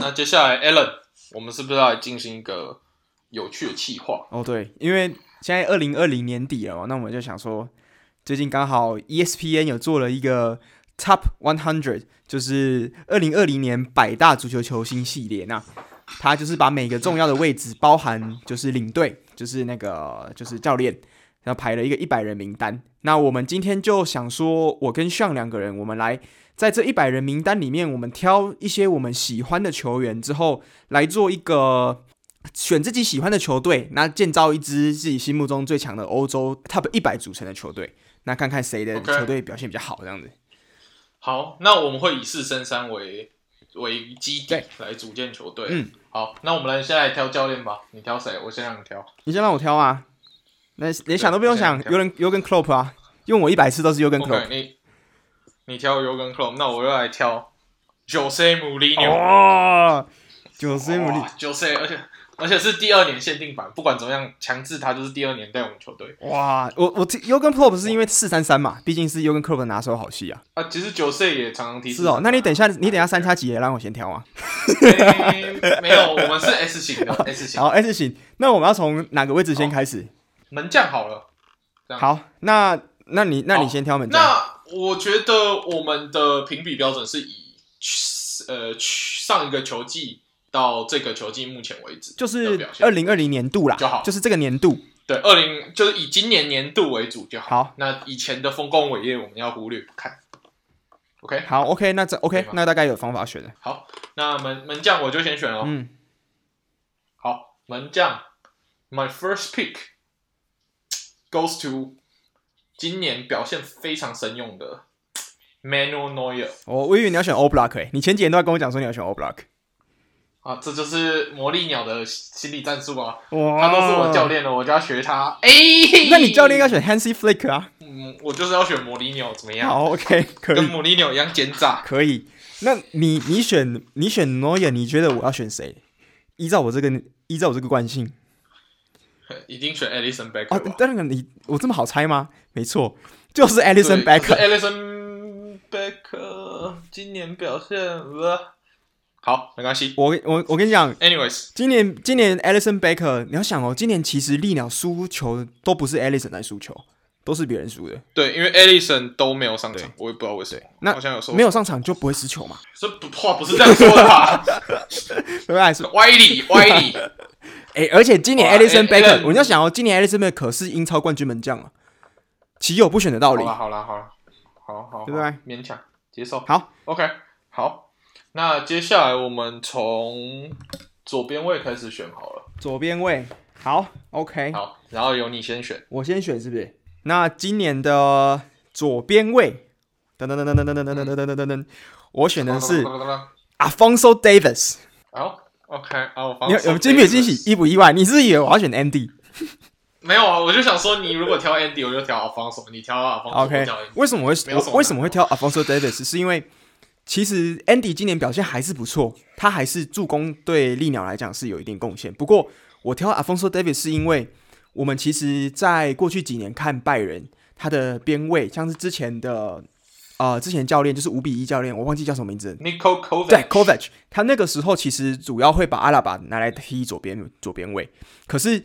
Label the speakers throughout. Speaker 1: 那接下来 Alan，我们是不是要来进行一个有趣的企划？
Speaker 2: 哦，对，因为现在二零二零年底了嘛，那我们就想说，最近刚好 E ESPN 有做了一个 Top One Hundred，就是二零二零年百大足球球星系列。那它就是把每个重要的位置，包含就是领队，就是那个就是教练，然后排了一个一百人名单。那我们今天就想说，我跟上两个人，我们来在这一百人名单里面，我们挑一些我们喜欢的球员之后，来做一个选自己喜欢的球队，那建造一支自己心目中最强的欧洲 Top 一百组成的球队，那看看谁的
Speaker 1: OK
Speaker 2: 球队表现比较好，这样子。
Speaker 1: 好，那我们会以四升三为为基底
Speaker 2: 对
Speaker 1: 来组建球队。
Speaker 2: 嗯，
Speaker 1: 好，那我们来先来挑教练吧。你挑谁？我先让你挑。
Speaker 2: 你先让我挑啊，那连想都不用想
Speaker 1: 我，先
Speaker 2: 有人有跟 Klopp 啊，用我一百次都是有跟 Klopp。
Speaker 1: OK，你你挑 j o r g n Klopp，那我又来挑 Jose Mourinho。
Speaker 2: 哦，九十五力，
Speaker 1: Jose，而且而且是第二年限定版，不管怎么样，强制他就是第二年带我们球队。
Speaker 2: 哇！我我 u 跟 Klopp 是因为四三三嘛，毕竟是 u 跟 Klopp 的拿手好戏啊。
Speaker 1: 啊，其实 Jose 也常常提示
Speaker 2: 是哦，那你等一下，你等一下
Speaker 1: 三
Speaker 2: 三叉戟也让我先挑啊。
Speaker 1: 欸没有，我们是 S 型的 S 型
Speaker 2: 好，S 型，那我们要从哪个位置先开始？
Speaker 1: 门将好了。好
Speaker 2: 好，那那你那你
Speaker 1: 好
Speaker 2: 先挑门将。
Speaker 1: 那我觉得我们的评比标准是以呃去上一个球季到这个球季目前为止，
Speaker 2: 就是
Speaker 1: 的表现
Speaker 2: 二零二零年度啦
Speaker 1: 就好，
Speaker 2: 就是这个年度。
Speaker 1: 对二零就是以今年年度为主就好。
Speaker 2: 好，
Speaker 1: 那以前的丰功伟业我们要忽略不看。OK，
Speaker 2: 好，OK，那这 OK，
Speaker 1: 对吧
Speaker 2: 那大概有方法选了。
Speaker 1: 好，那门门将我就先选了。哦
Speaker 2: 嗯，
Speaker 1: 好，门将，My first pick goes to 今年表现非常神勇的 Manuel Neuer
Speaker 2: 哦我我以为你要选 O Block 哎，你前几天都在跟我讲说你要选 O Block。
Speaker 1: 啊，这就是魔力鸟的心理战术啊。
Speaker 2: 哇
Speaker 1: 他都是我教。练了，我就要学他。哎、
Speaker 2: 哦 那你教练要选 Hansi Flick 啊？
Speaker 1: 嗯，我就是要选魔力鸟，怎么样？
Speaker 2: 好，OK，可以
Speaker 1: 跟。魔力鸟一样奸诈。
Speaker 2: 可以。那你你选你选诺亚，你觉得我要选谁？依照我这个依照我这个惯性
Speaker 1: 一定选 Alison
Speaker 2: 啊
Speaker 1: Becker 吧，？
Speaker 2: 当然你我这么好猜吗？没错，就是 Alison
Speaker 1: 对可
Speaker 2: Becker。
Speaker 1: 是 Alison Becker 今年表现呃好，没关系。
Speaker 2: 我我我跟你讲，
Speaker 1: Anyways，
Speaker 2: 今年今年 Alison Becker，你要想哦，今年其实利鸟输球都不是 Alison 来输球，都是别人输的。
Speaker 1: 对，因为 Alison 都没有上场
Speaker 2: 对，
Speaker 1: 我也不知道为什么。
Speaker 2: 那
Speaker 1: 好像有说
Speaker 2: 没有上场就不会失球嘛，
Speaker 1: 这不话不是这样说的吧？
Speaker 2: 对不对？是
Speaker 1: 歪理歪理，
Speaker 2: 哎、而且今年
Speaker 1: 哇
Speaker 2: Alison
Speaker 1: 哎
Speaker 2: Becker，、
Speaker 1: Alan-
Speaker 2: 我你要想哦，今年 Alison Becker 是英超冠军门将啊，岂有不选的道
Speaker 1: 好
Speaker 2: 理？
Speaker 1: 啦好啦好啦，好好好，
Speaker 2: 对不对
Speaker 1: 勉强接受。
Speaker 2: 好
Speaker 1: ，OK，好，那接下来我们从左边位开始选好了。
Speaker 2: 左边位，好，OK，
Speaker 1: 好，然后由你先选。
Speaker 2: 我先选是不是？那今年的左边位，噔噔噔噔噔噔噔噔噔噔噔噔噔，我选的是
Speaker 1: 好
Speaker 2: Alfonso Davis。
Speaker 1: ，OK，啊，我放
Speaker 2: 你有有惊不惊喜，？意不意外？你是不是以为我要选 Andy？OK，、
Speaker 1: 没有啊，我就想说，你如果挑 Andy，我就挑 Alfonso，你挑 Alfonso，我挑 Andy
Speaker 2: 为什么会
Speaker 1: 没有什么
Speaker 2: 我为什么会挑 Alfonso Davis？是因为其实 Andy 今年表现还是不错，他还是助攻对利鸟来讲是有一定贡献。不过我挑 Alfonso Davis 是因为我们其实在过去几年看拜仁他的边位，像是之前的呃之前教练就是五比一教练，我忘记叫什么名字了，
Speaker 1: Nico Kovac。
Speaker 2: 对 Kovac，他那个时候其实主要会把阿拉巴拿来踢左边左边位，可是，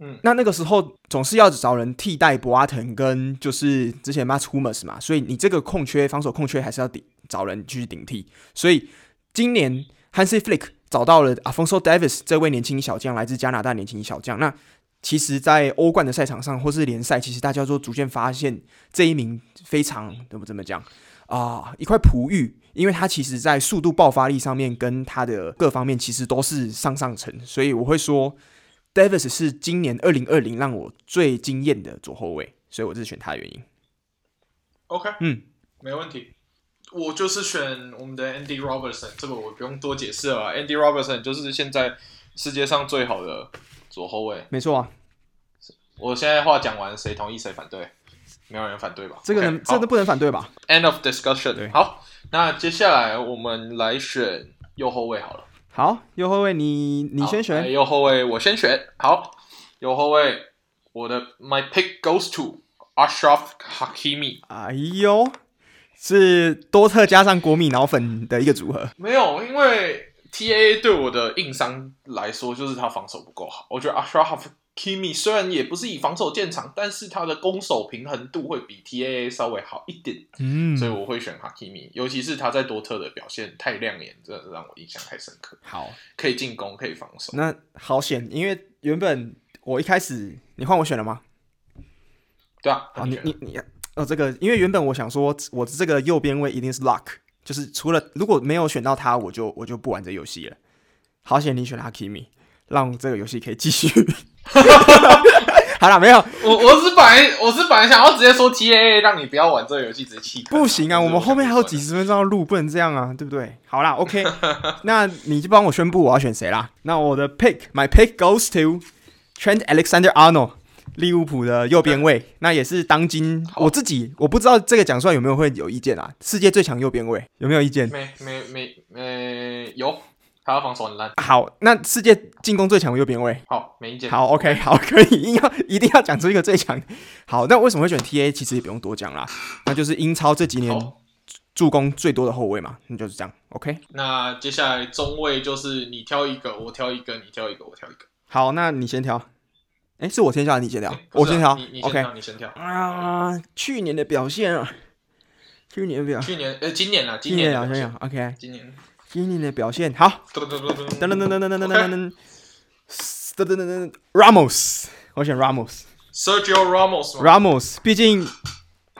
Speaker 1: 嗯，
Speaker 2: 那那个时候总是要找人替代博阿滕跟就是之前 m a t Hummels 嘛，所以你这个空缺防守空缺还是要顶找人去顶替，所以今年 Hansi Flick 找到了啊 Afonso Davis 这位年轻小将，来自加拿大年轻小将，那。其实，在欧冠的赛场上，或是联赛，其实大家都逐渐发现这一名非常怎么怎么讲，啊、一块璞玉，因为它其实在速度爆发力上面跟它的各方面其实都是上上层，所以我会说 Davis 是今年二零二零让我最惊艳的左后卫，所以我这是选他的原因。
Speaker 1: OK，
Speaker 2: 嗯，
Speaker 1: 没问题。我就是选我们的 Andy Robertson，这个我不用多解释了吧。Andy Robertson 就是现在世界上最好的左后卫。
Speaker 2: 没错啊，
Speaker 1: 我现在话讲完，谁同意谁反对？没有人反对吧？
Speaker 2: 这个
Speaker 1: OK，
Speaker 2: 能
Speaker 1: 好
Speaker 2: 这都不能反对吧？
Speaker 1: end of
Speaker 2: 对
Speaker 1: discussion。好，那接下来我们来选右后卫好了。
Speaker 2: 好，右后卫你你
Speaker 1: 好哎
Speaker 2: 先
Speaker 1: 来
Speaker 2: 选，
Speaker 1: 右后卫，我先选。好，右后卫，我的 my pick goes to Ashraf Hakimi。
Speaker 2: 哎呦，是多特加上国米脑粉的一个组合，
Speaker 1: 没有，因为 TAA 对我的硬伤来说，就是他防守不够好。我觉得 Ashraf Kimi 虽然也不是以防守见长，但是他的攻守平衡度会比 TAA 稍微好一点，
Speaker 2: 嗯
Speaker 1: 所以我会选 Hakimi。尤其是他在多特的表现太亮眼，真的让我印象太深刻。
Speaker 2: 好，
Speaker 1: 可以进攻，可以防守。
Speaker 2: 那好险，因为原本我一开始你换我选了吗？
Speaker 1: 对啊，
Speaker 2: 好，
Speaker 1: 很
Speaker 2: 你
Speaker 1: 全
Speaker 2: 你你，哦，这个，因为原本我想说，我这个右边位一定是 Luck，就是除了如果没有选到他，我就我就不玩这游戏了。好险你选了 Hakimi，让这个游戏可以继续。 好了，没有
Speaker 1: 我我是本来我是本来想要直接说 TAA 让你不要玩这个游戏，直接弃坑。
Speaker 2: 不 行啊，
Speaker 1: 但
Speaker 2: 我
Speaker 1: 是
Speaker 2: 们后面还有几
Speaker 1: 想
Speaker 2: 十分钟要录，不能这样啊，对不对？好 啦，OK，那你就帮我宣布我要选谁啦。那我的 pick，my pick goes to Trent Alexander Arnold，利物浦的右边卫， 那也是当今
Speaker 1: 好
Speaker 2: 我自己，我不知道这个讲出来有没有会有意见啊。世界最强右边卫有没有意见？
Speaker 1: 没没没没有，他的防守很烂。
Speaker 2: 好，那世界进攻最强的右边卫，
Speaker 1: 好，没意见。
Speaker 2: 好，OK，好， 可以，硬要一定要讲出一个最强。好，那为什么会选 TA？其实也不用多讲啦，那就是英超这几年
Speaker 1: 好，
Speaker 2: 助攻最多的后卫嘛，那就是这样，OK。
Speaker 1: 那接下来中卫就是你挑一个，我挑一个，你挑一个，我挑一个。
Speaker 2: 好，那你先挑。哎，是我先挑，还是你先挑？我
Speaker 1: 不是
Speaker 2: 先
Speaker 1: 啊
Speaker 2: 挑
Speaker 1: 你你。先
Speaker 2: OK
Speaker 1: 挑，你先挑。
Speaker 2: 啊，去年的表现啊，去年的表，
Speaker 1: 去年呃，今年啊，
Speaker 2: 今
Speaker 1: 年
Speaker 2: 年
Speaker 1: 的
Speaker 2: 表
Speaker 1: 表
Speaker 2: 现
Speaker 1: 现，
Speaker 2: 啊，OK，
Speaker 1: 今年。
Speaker 2: 今年的表现好。
Speaker 1: 噔噔噔噔
Speaker 2: 噔噔噔噔噔噔噔噔噔，噔噔噔噔，Ramos，我选 Ramos，Ramos，
Speaker 1: Sergio Ramos 嘛
Speaker 2: 毕竟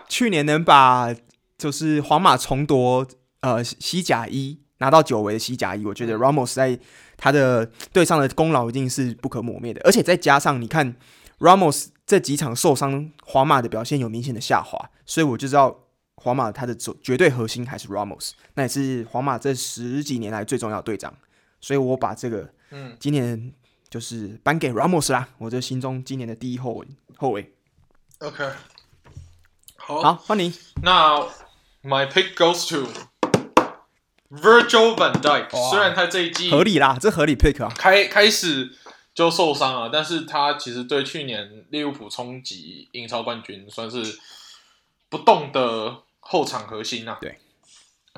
Speaker 2: 去年能把就是皇马重夺呃西西甲一。拿到久违的西甲一，我觉得 Ramos 在他的队上的功劳一定是不可磨灭的，而且再加上你看 Ramos 这几场受伤，皇马的表现有明显的下滑，所以我就知道皇马他的绝绝对核心还是 Ramos，那也是皇马这十几年来最重要的队长，所以我把这个
Speaker 1: 嗯
Speaker 2: 今年就是颁给 Ramos 啦，我这心中今年的第一后卫后卫。
Speaker 1: ，OK。好，
Speaker 2: 好，欢迎
Speaker 1: 那 My pick goes to Virgil Van Dijk。
Speaker 2: 哇
Speaker 1: 虽然他这一季
Speaker 2: 合理啦，这合理 pick 啊，
Speaker 1: 开开始就受伤了，但是他其实对去年利物浦冲击英超冠军算是不动的后场核心啊。
Speaker 2: 对，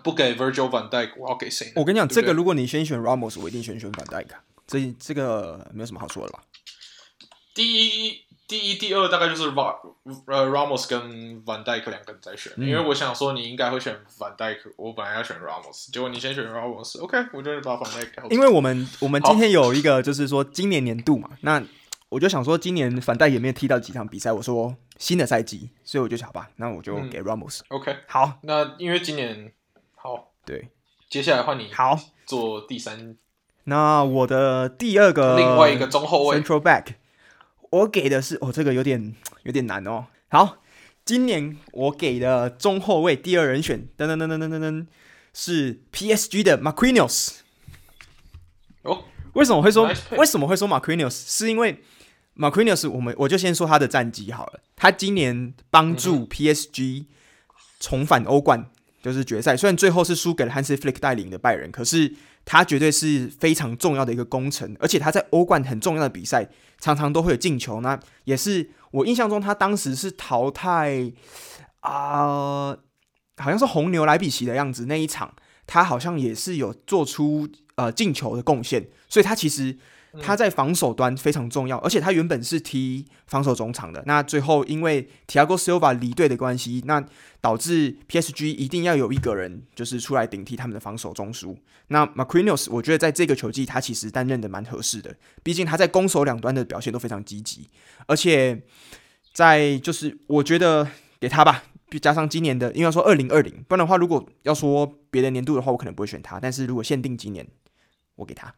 Speaker 1: 不给 Virgil van Dijk，我要给谁呢？
Speaker 2: 我跟你讲，
Speaker 1: 对不
Speaker 2: 这
Speaker 1: 对
Speaker 2: 个如果你先选 Ramos，我一定先选 Van Dijk，啊这这个没有什么好说的吧？
Speaker 1: 第一、第一、第二大概就是 Va 呃 Ramos 跟 Van Dijk 两个人在选，
Speaker 2: 嗯
Speaker 1: 因为我想说你应该会选 Van Dijk，我本来要选 Ramos，结果你先选 Ramos，OK，、我就是把 Van Dijk 挑走。
Speaker 2: 因为我们我们
Speaker 1: 好
Speaker 2: 今天有一个就是说今年年度嘛，那我就想说今年反戴也没有踢到几场比赛，我说新的赛季，所以我就想好吧，那我就
Speaker 1: 嗯
Speaker 2: 给 Ramos。
Speaker 1: OK，
Speaker 2: 好，
Speaker 1: 那因为今年好，
Speaker 2: 对，
Speaker 1: 接下来换你
Speaker 2: 好，
Speaker 1: 做第三、
Speaker 2: 那我的第二个
Speaker 1: 另外一个中后卫。
Speaker 2: Central Back，我给的是哦，这个有点有点难哦。好，今年我给的中后卫第二人选，噔噔噔噔噔噔噔，是 PSG 的 Marquinhos。呃
Speaker 1: 哦，
Speaker 2: 为什么会说
Speaker 1: Nice pick
Speaker 2: 为什么会说 Marquinhos？是因为 Marquinhos，我们我就先说他的战绩好了。他今年帮
Speaker 1: 嗯
Speaker 2: 助 PSG 重返欧冠，就是决赛。虽然最后是输给了 Hansi Flick 带领的拜仁，可是他绝对是非常重要的一个功臣。而且他在欧冠很重要的比赛，常常都会有进球。那也是我印象中，他当时是淘汰啊、好像是红牛莱比锡的样子那一场，他好像也是有做出呃进球的贡献，所以他其实他在防守端非常重要，而且他原本是踢防守中场的，那最后因为 Thiago Silva 离队的关系，那导致 PSG 一定要有一个人就是出来顶替他们的防守中枢。那 Marquinhos 我觉得在这个球季他其实担任的蛮合适的，毕竟他在攻守两端的表现都非常积极，而且在就是我觉得给他吧，加上今年的，因为要说二零二零，不然的话，如果要说别的年度的话，我可能不会选他。但是如果限定今年，我给他。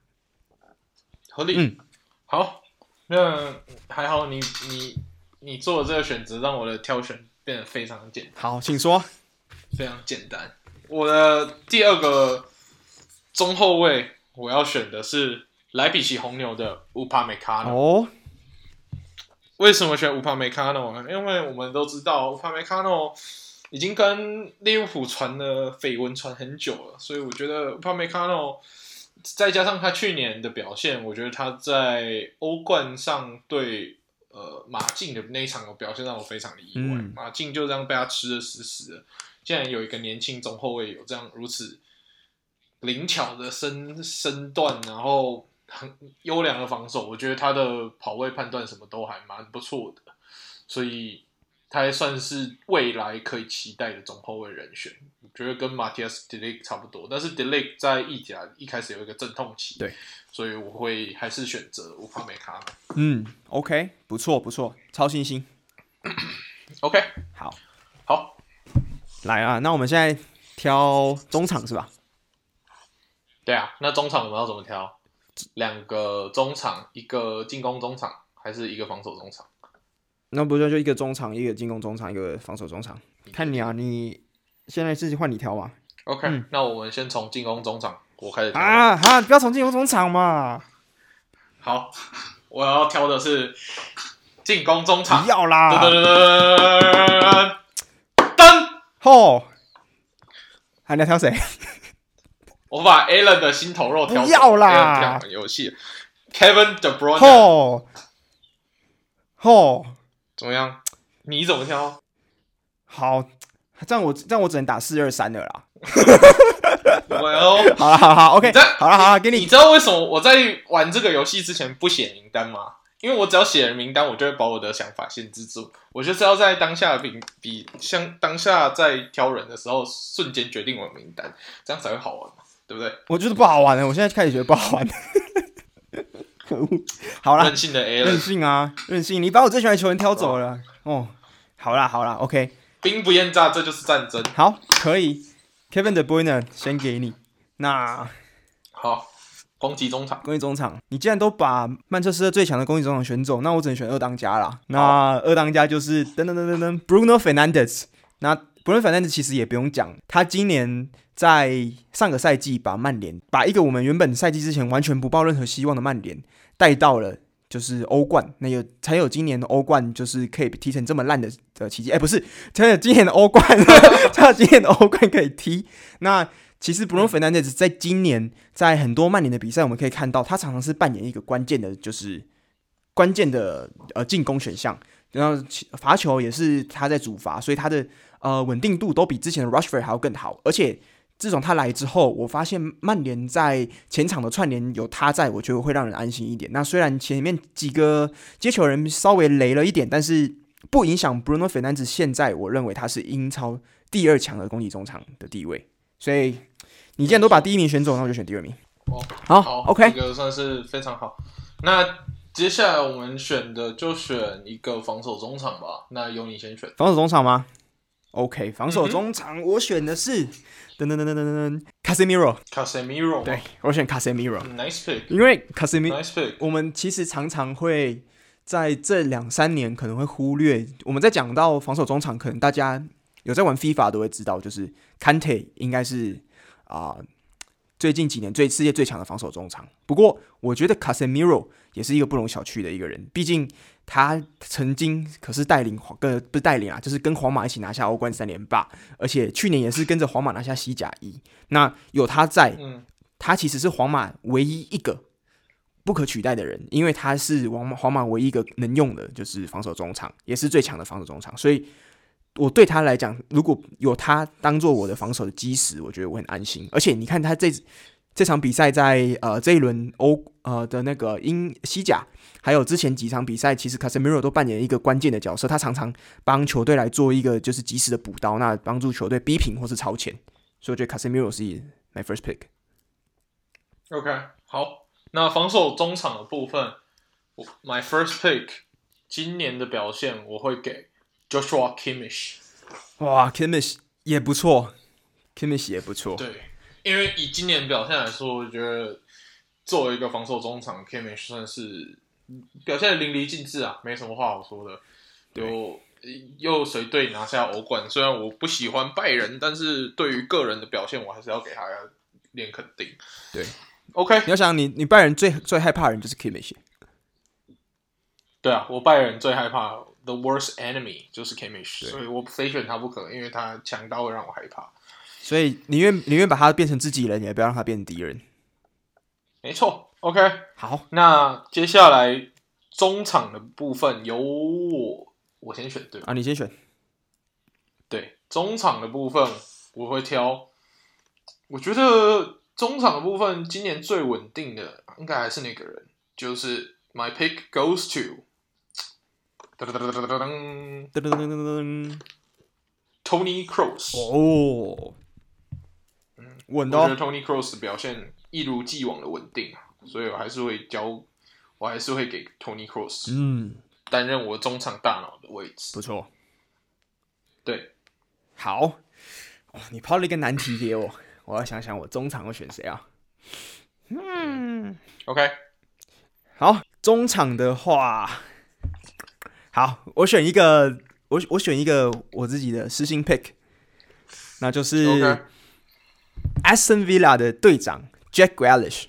Speaker 1: 合理。
Speaker 2: 嗯
Speaker 1: 好，那还好你你你做的这个选择，让我的挑选变得非常简
Speaker 2: 好，请说。
Speaker 1: 非常简单。我的第二个中后卫，我要选的是莱比锡红牛的乌帕梅卡诺。
Speaker 2: 哦，
Speaker 1: 为什么选乌帕梅卡诺呢？因为我们都知道乌帕梅卡诺已经跟利物浦传了绯闻传很久了，所以我觉得乌帕梅卡诺再加上他去年的表现，我觉得他在欧冠上对呃马竞的那一场的表现让我非常的意外，
Speaker 2: 嗯
Speaker 1: 马竞就这样被他吃的死死的，竟然有一个年轻中后卫有这样如此灵巧的身身段，然后很优良的防守，我觉得他的跑位判断什么都还蛮不错的，所以他还算是未来可以期待的中后卫人选。我觉得跟 Matias Delic 差不多，但是 Delic 在意甲一开始有一个阵痛期，
Speaker 2: 对，
Speaker 1: 所以我会还是选择乌帕梅卡诺。
Speaker 2: 嗯，OK，不错不错，超信心。
Speaker 1: OK，
Speaker 2: 好，
Speaker 1: 好，
Speaker 2: 来啊，那我们现在挑中场是吧？
Speaker 1: 对啊，那中场我们要怎么挑？两个中场，一个进攻中场，还是一个防守中场？
Speaker 2: 那不就就一个中场，一个进攻中场，一个防守中场？看你啊，你现在是换你挑嘛？
Speaker 1: OK，、那我们先从进攻中场我开始挑。
Speaker 2: 嗯啊哈，不要从进攻中场嘛，
Speaker 1: 好，我要挑的是进攻中场
Speaker 2: 不。要啊啦，
Speaker 1: 噔噔，
Speaker 2: 吼，还你要挑谁？
Speaker 1: 我把 Allen 的心头肉挑走哎
Speaker 2: 不要啦
Speaker 1: Allen 挑很游戏，Kevin De Bruyne
Speaker 2: 吼，吼，
Speaker 1: 怎么样？你怎么 挑？
Speaker 2: 好，这样我这样我只能打四二三了啦。
Speaker 1: 我要
Speaker 2: 好了，好了好，OK，
Speaker 1: 哦你这
Speaker 2: 好了，好了，给
Speaker 1: 你
Speaker 2: 你
Speaker 1: 知道为什么我在玩这个游戏之前不写名单吗？因为我只要写了名单，我就会把我的想法限制住。我就是要在当下比比像当下在挑人的时候，瞬间决定我的名单，这样才会好玩嘛，对不对？
Speaker 2: 我觉得不好玩了，我现在开始觉得不好玩。可恶！ 好啦，
Speaker 1: 任性的 A
Speaker 2: 任
Speaker 1: 了，
Speaker 2: 性啊，任性！你把我最喜欢的球员挑走了。哦，好啦，好啦，OK，
Speaker 1: 兵不厌诈，这就是战争。
Speaker 2: 好，可以。Kevin 的 Boyner 先给你。那
Speaker 1: 好，攻击中场，
Speaker 2: 攻击中场，你既然都把曼彻斯特最强的攻击中场选走，那我只能选二当家啦。那二当家就是噔噔噔噔噔，Bruno Fernandez。那 Bruno Fernandez 其实也不用讲，他今年在上个赛季把曼联，把一个我们原本赛季之前完全不抱任何希望的曼联带到了。就是欧冠，那有才有今年的欧冠，就是可以踢成这么烂的的奇迹。哎、不是，才有今年的欧冠， 才有今年的欧冠可以踢。那其实 Bruno Fernandez 在今年在很多曼联的比赛，我们可以看到他常常是扮演一个关键的，就是关键的呃进攻选项。然后其罚球也是他在主罚，所以他的呃稳定度都比之前的 Rushford 还要更好。而且自从他来之后，我发现曼联在前场的串联有他在，我觉得会让人安心一点。那虽然前面几个接球人稍微雷了一点，但是不影响 Bruno Fernandes 现在我认为他是英超第二强的攻击中场的地位。所以你既然都把第一名选走，那我就选第二名。
Speaker 1: 哦
Speaker 2: 好
Speaker 1: 好
Speaker 2: o k
Speaker 1: 这个算是非常好。那接下来我们选的就选一个防守中场吧。那由你先选。
Speaker 2: 防守中场吗？OK，防
Speaker 1: 嗯
Speaker 2: 守
Speaker 1: 哼
Speaker 2: 中场我选的是噔噔噔噔噔噔，Casemiro。
Speaker 1: Casemiro，
Speaker 2: 对，我选 Casemiro，
Speaker 1: 嗯，nice pick，nice
Speaker 2: 因为 Casemiro，
Speaker 1: pick。
Speaker 2: 我们其实常常会在这两三年可能会忽略，我们在讲到防守中场，可能大家有在玩 FIFA 都会知道，就是 Kante 应该是啊、最近几年最世界最强的防守中场。不过我觉得 Casemiro 也是一个不容小觑的一个人，毕竟他曾经可是带领皇跟不是带领啊，就是跟皇马一起拿下欧冠三连霸，而且去年也是跟着皇马拿下西甲一。那有他在，
Speaker 1: 嗯
Speaker 2: 他其实是皇马唯一一个不可取代的人，因为他是皇马皇马唯一一个能用的，就是防守中场，也是最强的防守中场。所以我对他来讲，如果有他当做我的防守的基石，我觉得我很安心。而且你看他这这场比赛在呃这一轮欧呃的那个英西甲，还有之前几场比赛，其实 Casemiro 都扮演一个关键的角色，他常常帮球队来做一个就是及时的补刀，那帮助球队逼平或是超前。所以我觉得 Casemiro 是 my first pick。
Speaker 1: OK，好，那防守中场的部分我，My first pick，今年的表现我会给 Joshua Kimmich。
Speaker 2: 哇，Kimmich 也不错，Kimmich 也不错。
Speaker 1: 对，因为以今年表现来说，我觉得作为一个防守中场，Kimmich 算是表现得淋漓尽致啊，没什么话好说的。
Speaker 2: 对
Speaker 1: 有又随队拿下欧冠，虽然我不喜欢拜仁，但是对于个人的表现，我还是要给他一点肯定。
Speaker 2: 对
Speaker 1: ，OK，
Speaker 2: 你要想你，你拜仁最最害怕的人就是 Kimmich。
Speaker 1: 对啊，我拜仁最害怕 the worst enemy 就是 Kimmich，
Speaker 2: 对
Speaker 1: 所以我非选他不可，因为他强到会让我害怕。
Speaker 2: 所以宁愿宁愿把他变成自己人，也不要让他变成敌人。
Speaker 1: 没错，OK，
Speaker 2: 好，
Speaker 1: 那接下来中场的部分由我我先选对吧
Speaker 2: 啊，你先选。
Speaker 1: 对，中场的部分我会挑，我觉得中场的部分，今年最稳定的应该还是那个人，就是 My pick goes to，噔噔噔噔噔噔噔
Speaker 2: 噔噔噔噔噔
Speaker 1: ，Tony Cross。
Speaker 2: 哦，稳
Speaker 1: 我
Speaker 2: 的
Speaker 1: 觉得
Speaker 2: 哦，
Speaker 1: Tony Cross 的表现一如既往的稳定啊，所以我还是会交，我还是会给 Tony Cross
Speaker 2: 嗯，
Speaker 1: 担任我中场大脑的位置。
Speaker 2: 不错，
Speaker 1: 对，
Speaker 2: 好，哦，你抛了一个难题给我，我要想想我中场会选谁啊？嗯，
Speaker 1: OK，
Speaker 2: 好，中场的话，好，我选一个，我我选一个我自己的私心 pick，那就是
Speaker 1: OK
Speaker 2: Aston Villa 的队长 Jack Grealish。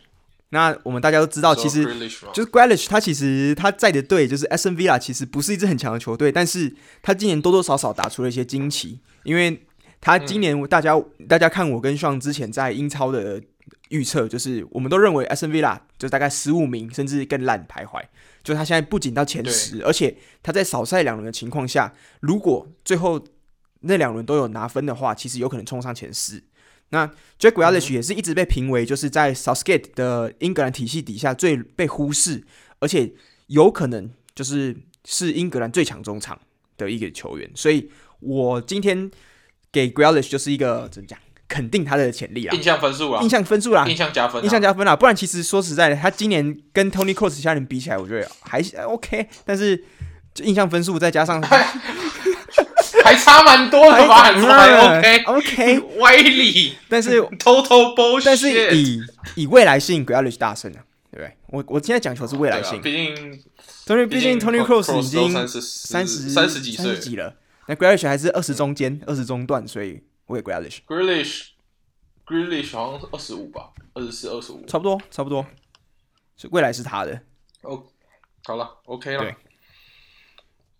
Speaker 2: 那我们大家都知道，哦其实
Speaker 1: So Grealish 吗
Speaker 2: 就是 Grealish，他其实他在的队就是 s n Villa，其实不是一支很强的球队，但是他今年多多少少打出了一些惊奇，因为他今年大家、大家看我跟上之前在英超的预测，就是我们都认为 s n Villa 就大概十五名甚至更烂徘徊，就他现在不仅到前
Speaker 1: 对
Speaker 2: 十，而且他在少赛两轮的情况下，如果最后那两轮都有拿分的话，其实有可能冲上前十。那 Jack Grealish 也是一直被评为就是在 Southgate 的英格兰体系底下最被忽视，而且有可能就是是英格兰最强中场的一个球员。所以我今天给 Grealish 就是一个怎么讲，肯定他的潜力啦
Speaker 1: 印，象分数啊
Speaker 2: 印，象分数啦，
Speaker 1: 印象加分、啊，
Speaker 2: 印象加分啦。不然其实说实在的，他今年跟 Tony Cross 其他人比起来，我觉得还是 OK，但是就印象分数再加上
Speaker 1: 还差蛮多的
Speaker 2: 哎
Speaker 1: 吧？还还 OK，
Speaker 2: OK，
Speaker 1: 歪理
Speaker 2: 但是
Speaker 1: ，total bullshit。
Speaker 2: 哎但是以以未来性 Grealish 大胜啊，对不对？我我现在讲求是未
Speaker 1: 对
Speaker 2: 来
Speaker 1: 啊
Speaker 2: 性，，
Speaker 1: 毕竟
Speaker 2: 因为毕竟 Tony Cross 已经
Speaker 1: 三十
Speaker 2: 三十
Speaker 1: 三十几岁
Speaker 2: 30几了，嗯那 Grealish 还是二十中间二十中段，所以我给 Grealish
Speaker 1: ，Grealish Grealish 好像是二十五吧，二十四、二十五。
Speaker 2: 差不多差不多，所以未来是他的。
Speaker 1: 哦，好了，OK 了
Speaker 2: 对。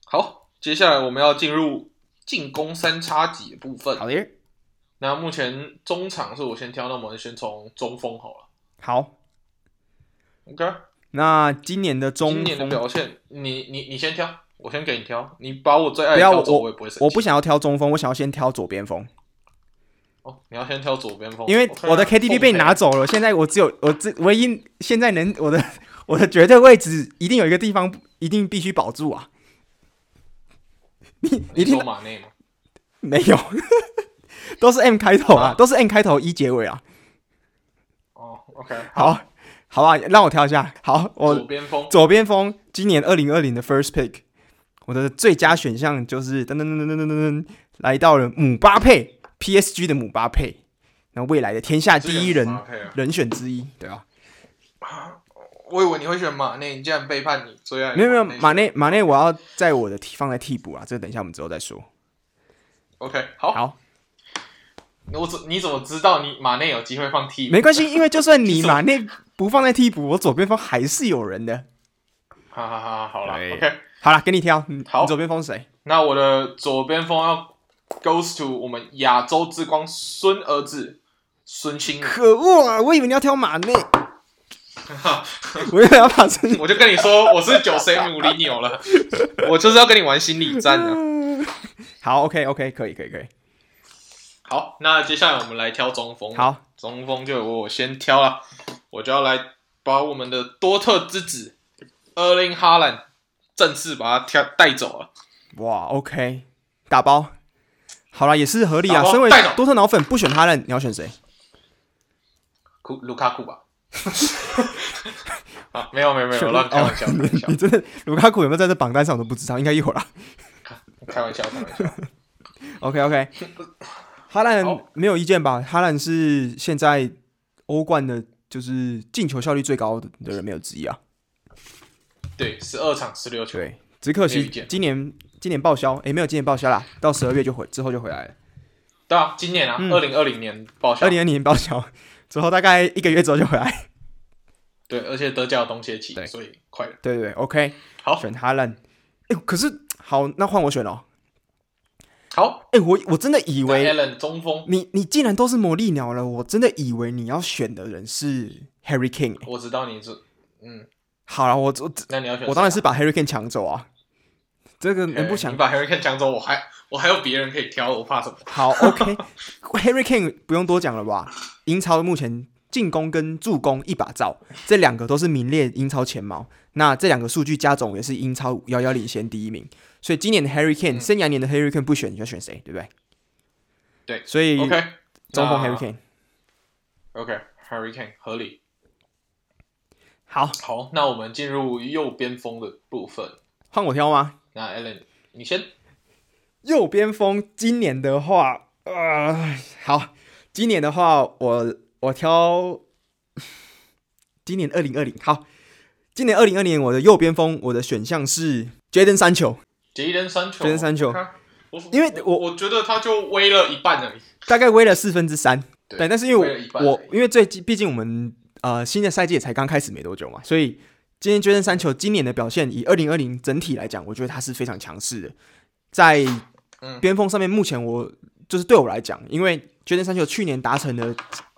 Speaker 1: 好，接下来我们要进入进攻三叉戟的部分。
Speaker 2: 好的，
Speaker 1: 那目前中场是我先挑，那我们先从中锋好了。
Speaker 2: 好，
Speaker 1: OK，啊
Speaker 2: 那今年的中
Speaker 1: 今年的
Speaker 2: 锋，
Speaker 1: 表现，你你你先挑，我先给你挑，你把我最爱
Speaker 2: 不
Speaker 1: 的
Speaker 2: 要
Speaker 1: 挑走，
Speaker 2: 我
Speaker 1: 我也不会生气。
Speaker 2: 我不想要挑中锋，我想要先挑左边锋，
Speaker 1: 哦，你要先挑左边锋，
Speaker 2: 因为
Speaker 1: OK 啊
Speaker 2: 我的 KDB 被你拿。走了，现在我只有我只唯一现在能我的我的绝对位置一定有一个地方一定必须保住 啊。
Speaker 1: 奉陪
Speaker 2: 你你
Speaker 1: 你
Speaker 2: 听
Speaker 1: 说马内嘛？
Speaker 2: 没有， 都是 M 开头啊，
Speaker 1: 啊
Speaker 2: 都是 M 开头一结尾啊。
Speaker 1: 哦，OK，
Speaker 2: 好，好吧，让我挑一下。好，
Speaker 1: 左
Speaker 2: 我
Speaker 1: 边锋，
Speaker 2: 左边锋今年二零二零的 first pick，我的最佳选项就是噔噔噔噔噔噔噔，来到了姆巴佩，PSG 的姆巴佩，那未来的天下第一人
Speaker 1: 这个是马内啊
Speaker 2: 人选之一，对啊，
Speaker 1: 我以为你会选马内，你竟然背叛你最爱的
Speaker 2: 没
Speaker 1: 哎内。
Speaker 2: 有没有，马内马内，我要在我的替放在替补啊，这个等一下我们之后再说。
Speaker 1: OK，好，
Speaker 2: 好，
Speaker 1: 我怎你怎么知道你马内有机会放替补？
Speaker 2: 没关系，因为就算
Speaker 1: 你
Speaker 2: 你
Speaker 1: 怎么
Speaker 2: 马内不放在替补，我左边锋还是有人的。
Speaker 1: 哈哈哈，好了
Speaker 2: 对
Speaker 1: ，OK。
Speaker 2: 好了，给你挑，你
Speaker 1: 好
Speaker 2: 你左边封谁？
Speaker 1: 那我的左边锋要 goes to 我们亚洲之光孙儿子孙兴慜。
Speaker 2: 可恶啊！我以为你要挑 马内，我以为要把这
Speaker 1: 我就跟你说，我是九谁姆里纽了，我就是要跟你玩心理战的。
Speaker 2: 好，OK OK，可以可以可以，
Speaker 1: 好，那接下来我们来挑中锋。，
Speaker 2: 好，
Speaker 1: 中锋就由我先挑了，我就要来把我们的多特之子厄林哈兰正式把他挑带走了。
Speaker 2: 哇，OK，打包，好啦，也是合理啊
Speaker 1: 打。包
Speaker 2: 身为
Speaker 1: 带走
Speaker 2: 多特脑粉不选哈兰，你要选谁？
Speaker 1: 库卢卡库吧。 啊，没有没有没有，我乱开玩笑，开玩笑
Speaker 2: 哦 你，真的卢卡库有没有在这榜单上？我都不知道，应该有啦。
Speaker 1: 开玩笑，开玩笑。
Speaker 2: OK OK，哈兰
Speaker 1: 好
Speaker 2: 没有意见吧？哈兰是现在欧冠的，就是进球效率最高的人，没有之一啊。
Speaker 1: 对，十二场十六球，
Speaker 2: 对，只可
Speaker 1: 没有
Speaker 2: 惜
Speaker 1: 意见
Speaker 2: 今年今年报销，诶，没有今年报销啦，到十二月就回之后就回来了。
Speaker 1: 对啊，今年啊，二零二零年报销
Speaker 2: 嗯二，零二零年报销之后，大概一个月之后就回来。
Speaker 1: 对，而且德甲有冬歇期
Speaker 2: 对，
Speaker 1: 所以快了。
Speaker 2: 对对对，OK，
Speaker 1: 好，
Speaker 2: 选哈兰。哎、可是好，那换我选哦了。
Speaker 1: 好，
Speaker 2: 哎、我我真的以
Speaker 1: 为
Speaker 2: 为
Speaker 1: Allen 中锋，
Speaker 2: 你你既然都是魔力鸟了，我真的以为你要选的人是 Harry King。
Speaker 1: 我知道你是，嗯，
Speaker 2: 好了，我我
Speaker 1: 那你要选谁啊，
Speaker 2: 我当然是把 Harry King 抢走啊，这个
Speaker 1: OK，
Speaker 2: 能不抢
Speaker 1: 你？把 Harry Kane 抢走，我还我还有别人可以挑，我怕什么？
Speaker 2: 好，OK，Harry King 不用多讲了吧？英超目前进攻跟助攻一把照，这两个都是名列英超前茅。那这两个数据加总也是英超遥遥领先第一名。所以今年的 Harry Kane，、
Speaker 1: 嗯
Speaker 2: 生涯年的 Harry Kane 不选，你要选谁？对不对？
Speaker 1: 对
Speaker 2: 所以
Speaker 1: OK，
Speaker 2: 中锋
Speaker 1: 那
Speaker 2: Harry Kane。
Speaker 1: OK，Harry Kane 合理。
Speaker 2: 好，
Speaker 1: 好，那我们进入右边锋的部分。
Speaker 2: 换我挑吗？
Speaker 1: 那 Allen，你先。
Speaker 2: 右边锋今年的话，呃，好，今年的话，我我挑 今年二零二零。好，今年二零二零我的右边锋，我的选项是 Jaden 三球。
Speaker 1: 杰登三球，
Speaker 2: 杰登三球
Speaker 1: 看，我
Speaker 2: 因为
Speaker 1: 我
Speaker 2: 我
Speaker 1: 我觉得他就微了一半而已。
Speaker 2: 大概微了四分之三。
Speaker 1: 对
Speaker 2: 对，但是因
Speaker 1: 微了
Speaker 2: 为
Speaker 1: 一半
Speaker 2: 我我
Speaker 1: 而已
Speaker 2: 因为最近毕竟我们呃新的赛季也才刚开始没多久嘛，所以今天 Jaden 三球今年的表现，以二零二零整体来讲，我觉得他是非常强势的。在
Speaker 1: 嗯
Speaker 2: 边锋上面，目前我就是对我来讲，因为 Jaden 三球去年达成的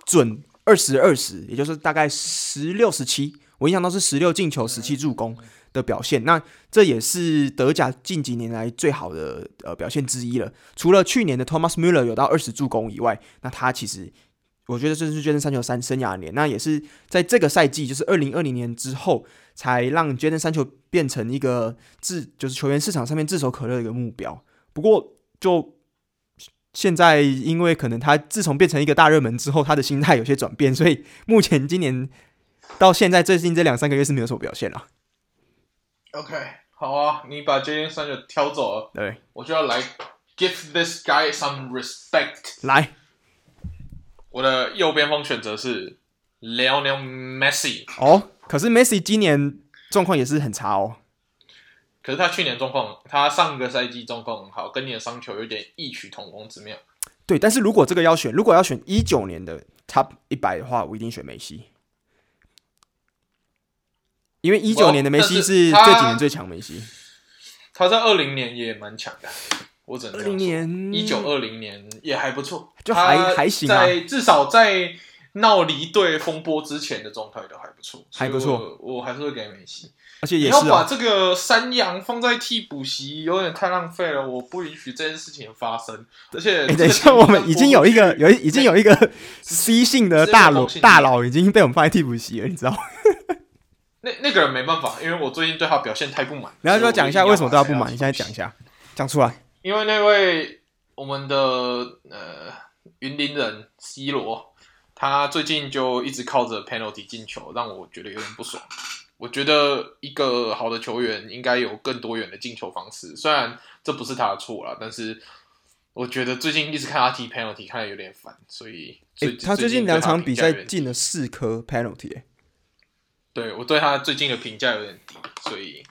Speaker 2: 准二十二十，也就是大概十六十七，我印象到是十六进
Speaker 1: 嗯
Speaker 2: 球十七助攻的表现。那这也是德甲近几年来最好的呃表现之一了。除了去年的 Thomas Müller 有到二十助攻以外，那他其实我觉得这是 Jaden 三球三生涯的年，那也是在这个赛季，就是二零二零年之后，才让 Jaden 三球变成一个炙，就是球员市场上面炙手可热的一个目标。不过就现在，因为可能他自从变成一个大热门之后，他的心态有些转变，所以目前今年到现在最近这两三个月是没有什么表现了。
Speaker 1: OK，好啊，你把杰登三球挑走了，
Speaker 2: 对，
Speaker 1: 我就要来 give this guy some respect。
Speaker 2: 来
Speaker 1: 我的右边锋选择是 Lionel Messi，
Speaker 2: 哦，可是 Messi 今年状况也是很差哦。
Speaker 1: 可是他去年状况，他上个赛季状况很好，跟你的伤球有点异曲同工之妙。
Speaker 2: 对，但是如果这个要选，如果要选一九年的 Top 一百的话，我一定选梅西，因为一九
Speaker 1: Well，
Speaker 2: 年的梅西
Speaker 1: 但是
Speaker 2: 是
Speaker 1: 他
Speaker 2: 这几年最强梅西。
Speaker 1: 他在二零年也蛮强的，我只能
Speaker 2: 二
Speaker 1: 这样
Speaker 2: 零
Speaker 1: 说。
Speaker 2: 年
Speaker 1: 一九二零年也还不错，
Speaker 2: 就还
Speaker 1: 他
Speaker 2: 还行啊
Speaker 1: 在至少在闹离队风波之前的状态都还不错，
Speaker 2: 还不错
Speaker 1: 所以我，我还是会给梅西。
Speaker 2: 而且
Speaker 1: 你
Speaker 2: 也
Speaker 1: 要
Speaker 2: 是
Speaker 1: 把
Speaker 2: 哦，
Speaker 1: 这个山羊放在替补席，有点太浪费了，我不允许这件事情发生。而且
Speaker 2: 哎，
Speaker 1: 这个
Speaker 2: 等一下，我们已经有一个有一已经有一个 C 姓的大佬
Speaker 1: 直接
Speaker 2: 大佬已经被我们放在替补席了，你知道吗？
Speaker 1: 那那个人没办法，因为我最近对他表现太不满。
Speaker 2: 然后就要
Speaker 1: 所以我
Speaker 2: 讲一下
Speaker 1: 定
Speaker 2: 为什么对他不
Speaker 1: 把
Speaker 2: 满，你现在讲一下，讲出来。
Speaker 1: 因为那位我们的呃云林人 C 罗，他最近就一直靠着 penalty 进球，让我觉得有点不爽。我觉得一个好的球员应该有更多元的进球方式，虽然这不是他的错啦，但是我觉得最近一直看他踢 penalty 看的有点烦，所以
Speaker 2: 哎
Speaker 1: 最、
Speaker 2: 他最近
Speaker 1: 近
Speaker 2: 两
Speaker 1: 对他
Speaker 2: 场
Speaker 1: 评
Speaker 2: 比
Speaker 1: 价
Speaker 2: 赛
Speaker 1: 有点
Speaker 2: 进了四颗 penalty，哎
Speaker 1: 对我对他最近的评价有点低，所以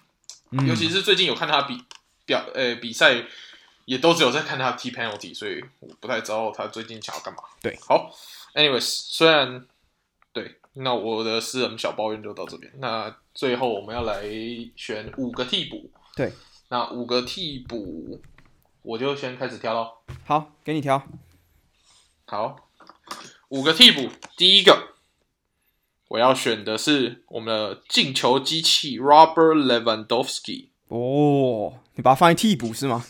Speaker 2: 嗯
Speaker 1: 尤其是最近有看他比表呃比赛，也都只有在看他踢 penalty，所以我不太知道他最近想要干嘛。
Speaker 2: 对，
Speaker 1: 好，anyways，虽然对，那我的私人小抱怨就到这边。那最后我们要来选五个替补，
Speaker 2: 对，
Speaker 1: 那五个替补我就先开始挑喽。
Speaker 2: 好，给你挑
Speaker 1: 好，五个替补，第一个我要选的是我们的进球机器 Robert Lewandowski，
Speaker 2: 哦，你把它放在替补是吗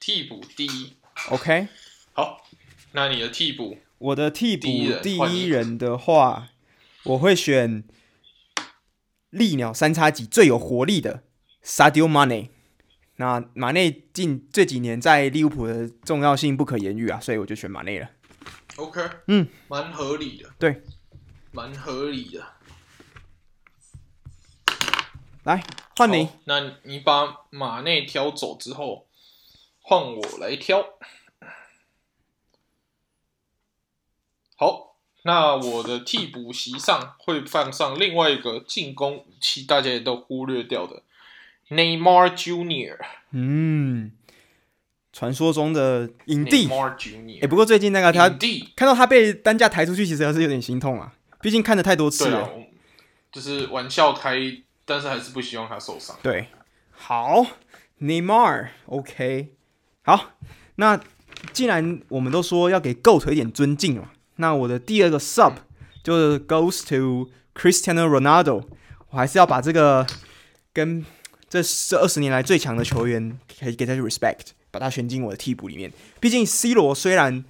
Speaker 1: 替补第一。
Speaker 2: ？OK，
Speaker 1: 好，那你的替补
Speaker 2: 我的替补
Speaker 1: 第一人
Speaker 2: 第
Speaker 1: 换你
Speaker 2: 一人的话，我会选利鸟三叉戟最有活力的 Sadio Mane。那马内近这几年在利物浦的重要性不可言喻啊，所以我就选马内了。
Speaker 1: ，OK，
Speaker 2: 嗯，
Speaker 1: 蛮合理的，
Speaker 2: 对，
Speaker 1: 蛮合理的。
Speaker 2: 来换你
Speaker 1: 好，那你把马内挑走之后，换我来挑。好，那我的替补席上会放上另外一个进攻武器，大家也都忽略掉的 Neymar Junior。
Speaker 2: 嗯，传说中的影帝。
Speaker 1: Neymar
Speaker 2: 哎、
Speaker 1: Junior，
Speaker 2: 不过最近那个他
Speaker 1: 影帝，
Speaker 2: 看到他被担架抬出去，其实还是有点心痛啊，毕竟看了太多次
Speaker 1: 对啊
Speaker 2: 了。，
Speaker 1: 我就是玩笑开，但是还是不希望他受伤。
Speaker 2: 对，好，Neymar，OK，、好，那既然我们都说要给 GOAT 一点尊敬嘛，那我的第二个 sub 就是 goes to Cristiano Ronaldo，我还是要把这个跟这这二十年来最强的球员给给他去 respect，把他选进我的替补里面。毕竟 C 罗虽然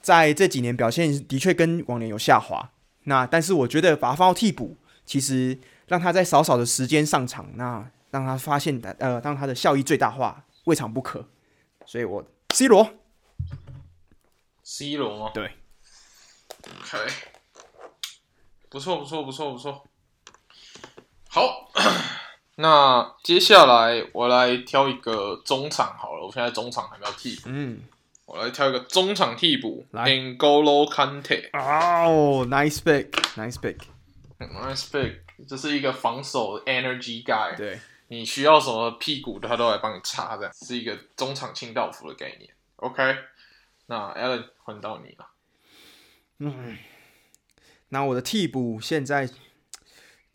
Speaker 2: 在这几年表现的确跟往年有下滑。那但是我觉得把他放到替补，其实让他在少少的时间上场，那让他发现的呃，让他的效益最大化，未尝不可。所以我 C 罗
Speaker 1: C 罗吗？
Speaker 2: 对
Speaker 1: ，OK，不错不错不错不错。好， 那接下来我来挑一个中场好了，我现在中场还没有替补，
Speaker 2: 嗯，
Speaker 1: 我来挑一个中场替补
Speaker 2: 来
Speaker 1: n g o l o Kante。
Speaker 2: 哦、n i c e pick，nice pick，
Speaker 1: Nice pick，这是一个防守的 energy guy。
Speaker 2: 对，
Speaker 1: 你需要什么屁股，他都来帮你擦的，是一个中场清道夫的概念。OK，那 Alan 换到你了。
Speaker 2: 嗯那我的替补现在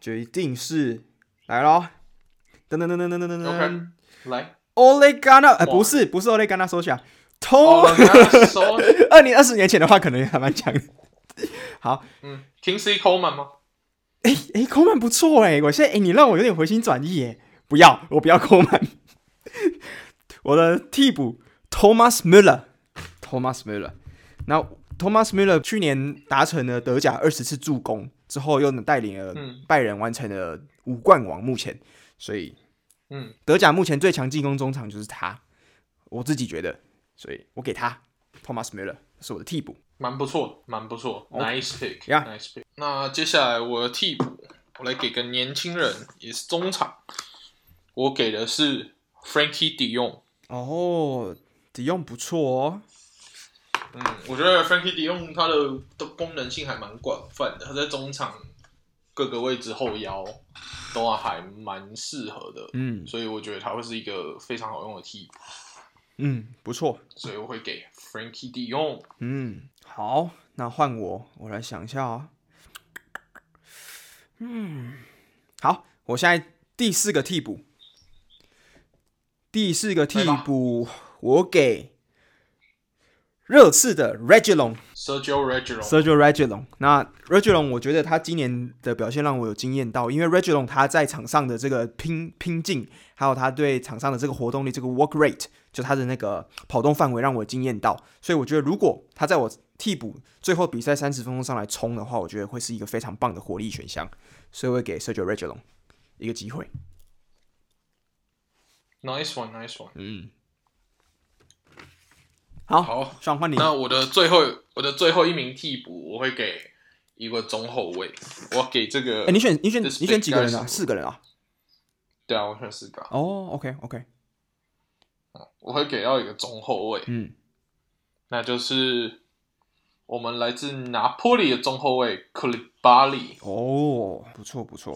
Speaker 2: 决定是来咯，噔噔噔噔噔噔噔
Speaker 1: OK
Speaker 2: 噔
Speaker 1: 来，
Speaker 2: ，Ole Gunnar，呃，
Speaker 1: 哇
Speaker 2: 不是不是 Ole Gunnar Solskjaer，
Speaker 1: 哦，
Speaker 2: Tony，
Speaker 1: 那收，
Speaker 2: 二零二十年前的话可能还蛮强的。
Speaker 1: 嗯，Kingsley Coleman 吗？
Speaker 2: 哎哎，口满不错哎，我现在哎，你让我有点回心转意哎，不要，我不要口满。 我的替补 Thomas Müller，Thomas Müller，那 Thomas Müller 去年达成了德甲二十次助攻之后，又带领了
Speaker 1: 嗯
Speaker 2: 拜仁完成了五冠王，目前，所以
Speaker 1: 嗯，
Speaker 2: 德甲目前最强进攻中场就是他，我自己觉得，所以我给他 Thomas Müller 是我的替补。
Speaker 1: 蛮不错的，蛮不错的。Nice
Speaker 2: Yeah
Speaker 1: pick，Nice pick。那接下来我的替补，我来给个年轻人，也是中场，我给的是 Frankie De Jong。
Speaker 2: 哦，迪用不错哦，
Speaker 1: 嗯，我觉得 Frankie De Jong 他的的功能性还蛮广泛的，他在中场各个位置后腰都还蛮适合的，
Speaker 2: 嗯
Speaker 1: 所以我觉得他会是一个非常好用的替补，
Speaker 2: 嗯，不错。
Speaker 1: 所以我会给 Frankie De Jong。
Speaker 2: 嗯，好，那换我，我来想一下啊、嗯，好，我现在第四个替补，第四个替
Speaker 1: 来吧
Speaker 2: 补，我给热刺的 Regulon
Speaker 1: Sergio Reguilon，
Speaker 2: Sergio Regulon。那 Regulon，我觉得他今年的表现让我有惊艳到，因为 Regulon 他在场上的这个拼拼劲，还有他对场上的这个活动力，这个 work rate，就他的那个跑动范围让我惊艳到。所以我觉得，如果他在我替补最后比赛三十分钟上来冲的话，我觉得会是一个非常棒的火力选项。所以我会给 Sergio Regulon 一个机会。
Speaker 1: nice one，nice one。
Speaker 2: 嗯，好，
Speaker 1: 好，
Speaker 2: 上换你。
Speaker 1: 那我的最后我的最后一名替补，我会给一个中后卫，我要给这个，
Speaker 2: 哎，你选你选
Speaker 1: This
Speaker 2: 你选几个
Speaker 1: big guy
Speaker 2: 人啊？
Speaker 1: 是
Speaker 2: 四个人啊？
Speaker 1: 对啊，我选四个啊，
Speaker 2: 哦，OK OK，
Speaker 1: 我会给到一个中后卫，
Speaker 2: 嗯，
Speaker 1: 那就是我们来自拿坡里的中后卫库里巴里
Speaker 2: 哦，不错不错。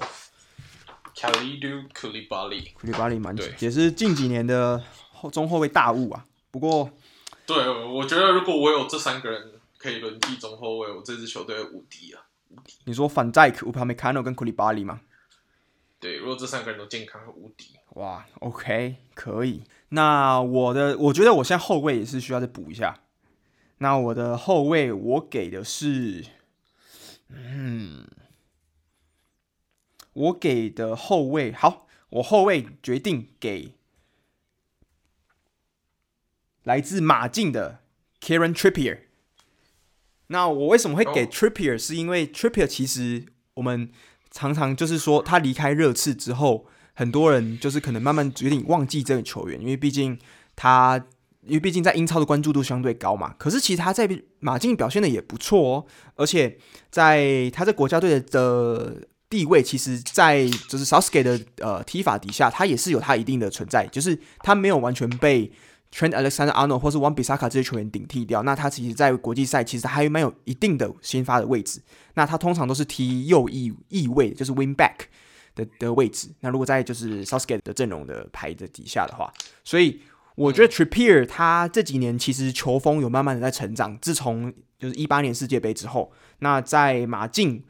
Speaker 1: k a l i d u 库里巴里。
Speaker 2: 库里巴利蛮
Speaker 1: 对
Speaker 2: 也是近几年的后中后卫大物啊。不过
Speaker 1: 对，我觉得如果我有这三个人可以轮替中后卫，我这支球队无敌啊！
Speaker 2: 你说反债克、乌帕梅卡诺跟库里巴利嘛，
Speaker 1: 对，如果这三个人都健康，无敌。
Speaker 2: 哇，OK，可以。那我的，我觉得我现在后卫也是需要再补一下。那我的后卫，我给的是，嗯，我给的后卫，好，我后卫决定给来自马竞的 Karen Trippier。那我为什么会给
Speaker 1: 哦
Speaker 2: Trippier？是因为 Trippier 其实我们常常就是说，他离开热刺之后，很多人就是可能慢慢有点忘记这个球员，因为毕竟他，因为毕竟在英超的关注度相对高嘛。可是其实他在马竞表现的也不错哦，而且在他在国家队的的地位，其实，在就是 s o u t h g a t e 的呃踢法底下，他也是有他一定的存在，就是他没有完全被 Trent Alexander Arnold 或是 Wan Bissaka 这些球员顶替掉。那他其实，在国际赛其实还蛮有一定的先发的位置。那他通常都是踢右翼翼位，就是 wing back 的的位置。那如果在就是 s o u t h g a t e 的阵容的排的底下的话，所以我觉得 Trippier 他这几年其实球风有慢慢的在成长，自从就是一八年世界杯之后，那在马竞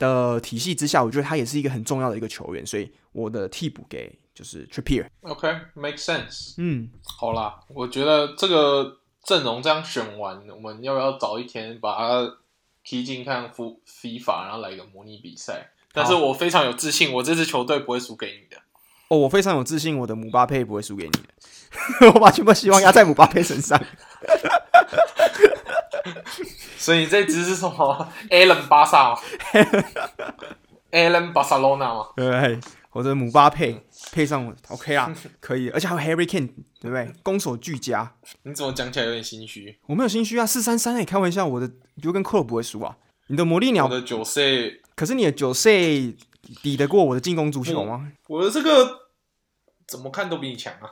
Speaker 2: 的体系之下，我觉得他也是一个很重要的一个球员，所以我的替补给就是 Trippier。
Speaker 1: OK，make、sense。
Speaker 2: 嗯，
Speaker 1: 好啦，我觉得这个阵容这样选完，我们要不要早一天把它踢进看 f i f 然后来一个模拟比赛？但是我非常有自信，我这支球队不会输给你的。
Speaker 2: 哦，我非常有自信，我的姆巴佩不 会输给你的，我把全部希望压在姆巴佩身上。
Speaker 1: 所以这支是什么？Alan 巴萨吗？Alan Barcelona 吗？
Speaker 2: 对不 对？或者姆巴佩配上我 OK 啦，可以，而且还有 Harry Kane，对不对？攻守俱佳，
Speaker 1: 你怎么讲起来有点心虚？
Speaker 2: 我没有心虚啊，四三三哎，开玩笑，我的就跟克洛不会输啊。你的魔力
Speaker 1: 我
Speaker 2: 鸟，
Speaker 1: 的九岁，
Speaker 2: 可是你的九岁抵得过我的进攻足球吗？
Speaker 1: 我的这个怎么看都比你强啊！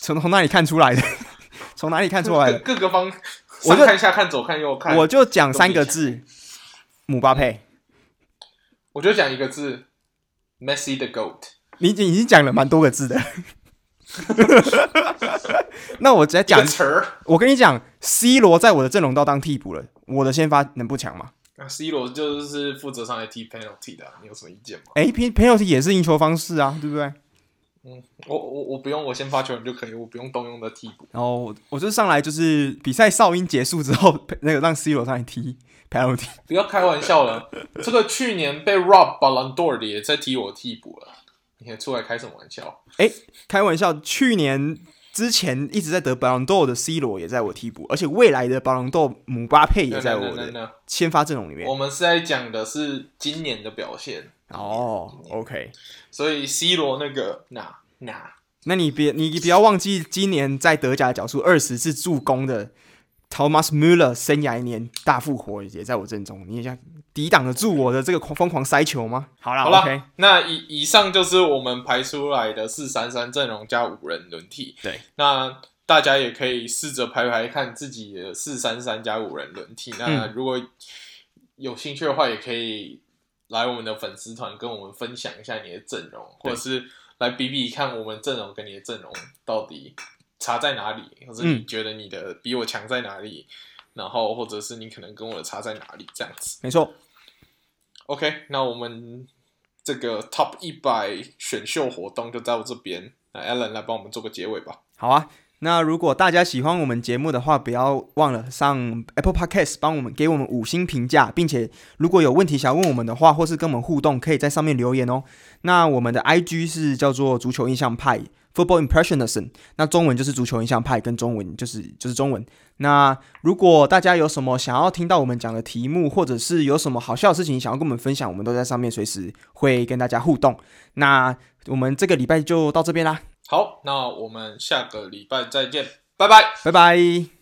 Speaker 2: 从从哪里看出来的？ 从哪里看出来
Speaker 1: 各
Speaker 2: 的？
Speaker 1: 各个方，
Speaker 2: 我
Speaker 1: 上
Speaker 2: 就
Speaker 1: 看下看，左看右看，
Speaker 2: 我
Speaker 1: 我
Speaker 2: 就讲三个字，姆巴佩。
Speaker 1: 我就讲一个字，Messi the goat。
Speaker 2: 你已经已经讲了蛮多个字的， 那我直接
Speaker 1: 一
Speaker 2: 讲
Speaker 1: 个，词儿
Speaker 2: 我跟你讲，C 罗在我的阵容到当替补了，我的先发能不强吗？
Speaker 1: 那 C 罗就是负责上来踢 penalty 的啊、你有什么意见吗？
Speaker 2: 哎，朋朋友也是赢球方式啊，对不对？
Speaker 1: 我我我不用，我先发球员就可以，我不用动用的替补。
Speaker 2: 然后我我就上来就是比赛哨音结束之后， 那个让 C 罗上来踢 penalty，
Speaker 1: 不要开玩笑了，这个去年被 Rob Ballandor 的也在踢我替补了，你还出来开什么玩笑？
Speaker 2: 开玩笑，去年之前一直在得 b a l o n d o 的 C 罗也在我替补，而且未来的 b a l o n d o 姆巴佩也在
Speaker 1: 那
Speaker 2: 我
Speaker 1: 那那
Speaker 2: 的
Speaker 1: 那
Speaker 2: 先发阵容里面
Speaker 1: 我。们是在讲的是今年的表现，
Speaker 2: 哦，OK，
Speaker 1: 所以 C 罗那个那那
Speaker 2: 那你别你不要忘记，今年在德甲缴出二十次助攻的 Thomas Müller 生涯一年大复活也在我阵中，你也想抵挡得住我的这个狂疯狂塞球吗？好啦
Speaker 1: 好了
Speaker 2: o k
Speaker 1: 那以以上就是我们排出来的四三三阵容加五人轮替。
Speaker 2: 对，
Speaker 1: 那大家也可以试着排排看自己的四三三加五人轮替。
Speaker 2: 嗯
Speaker 1: 那如果有兴趣的话，也可以来我们的粉丝团跟我们分享一下你的阵容，或
Speaker 2: 对
Speaker 1: 者是来比比看我们阵容跟你的阵容到底差在哪里，或者你
Speaker 2: 嗯
Speaker 1: 觉得你的比我强在哪里，然后或者是你可能跟我的差在哪里这样子。
Speaker 2: 没错，
Speaker 1: OK，那我们这个 Top 一百选秀活动就到这边。那 Alan 来帮我们做个结尾吧。
Speaker 2: 好啊。那如果大家喜欢我们节目的话，不要忘了上 Apple Podcast 帮我们给我们五星评价，并且如果有问题想问我们的话，或是跟我们互动，可以在上面留言哦。那我们的 IG 是叫做足球印象派 （Football Impressionism），那中文就是足球印象派，跟中文就是就是中文。那如果大家有什么想要听到我们讲的题目，或者是有什么好笑的事情想要跟我们分享，我们都在上面随时会跟大家互动。那我们这个礼拜就到这边啦，
Speaker 1: 好，那我们下个礼拜再见，拜拜。
Speaker 2: 拜拜。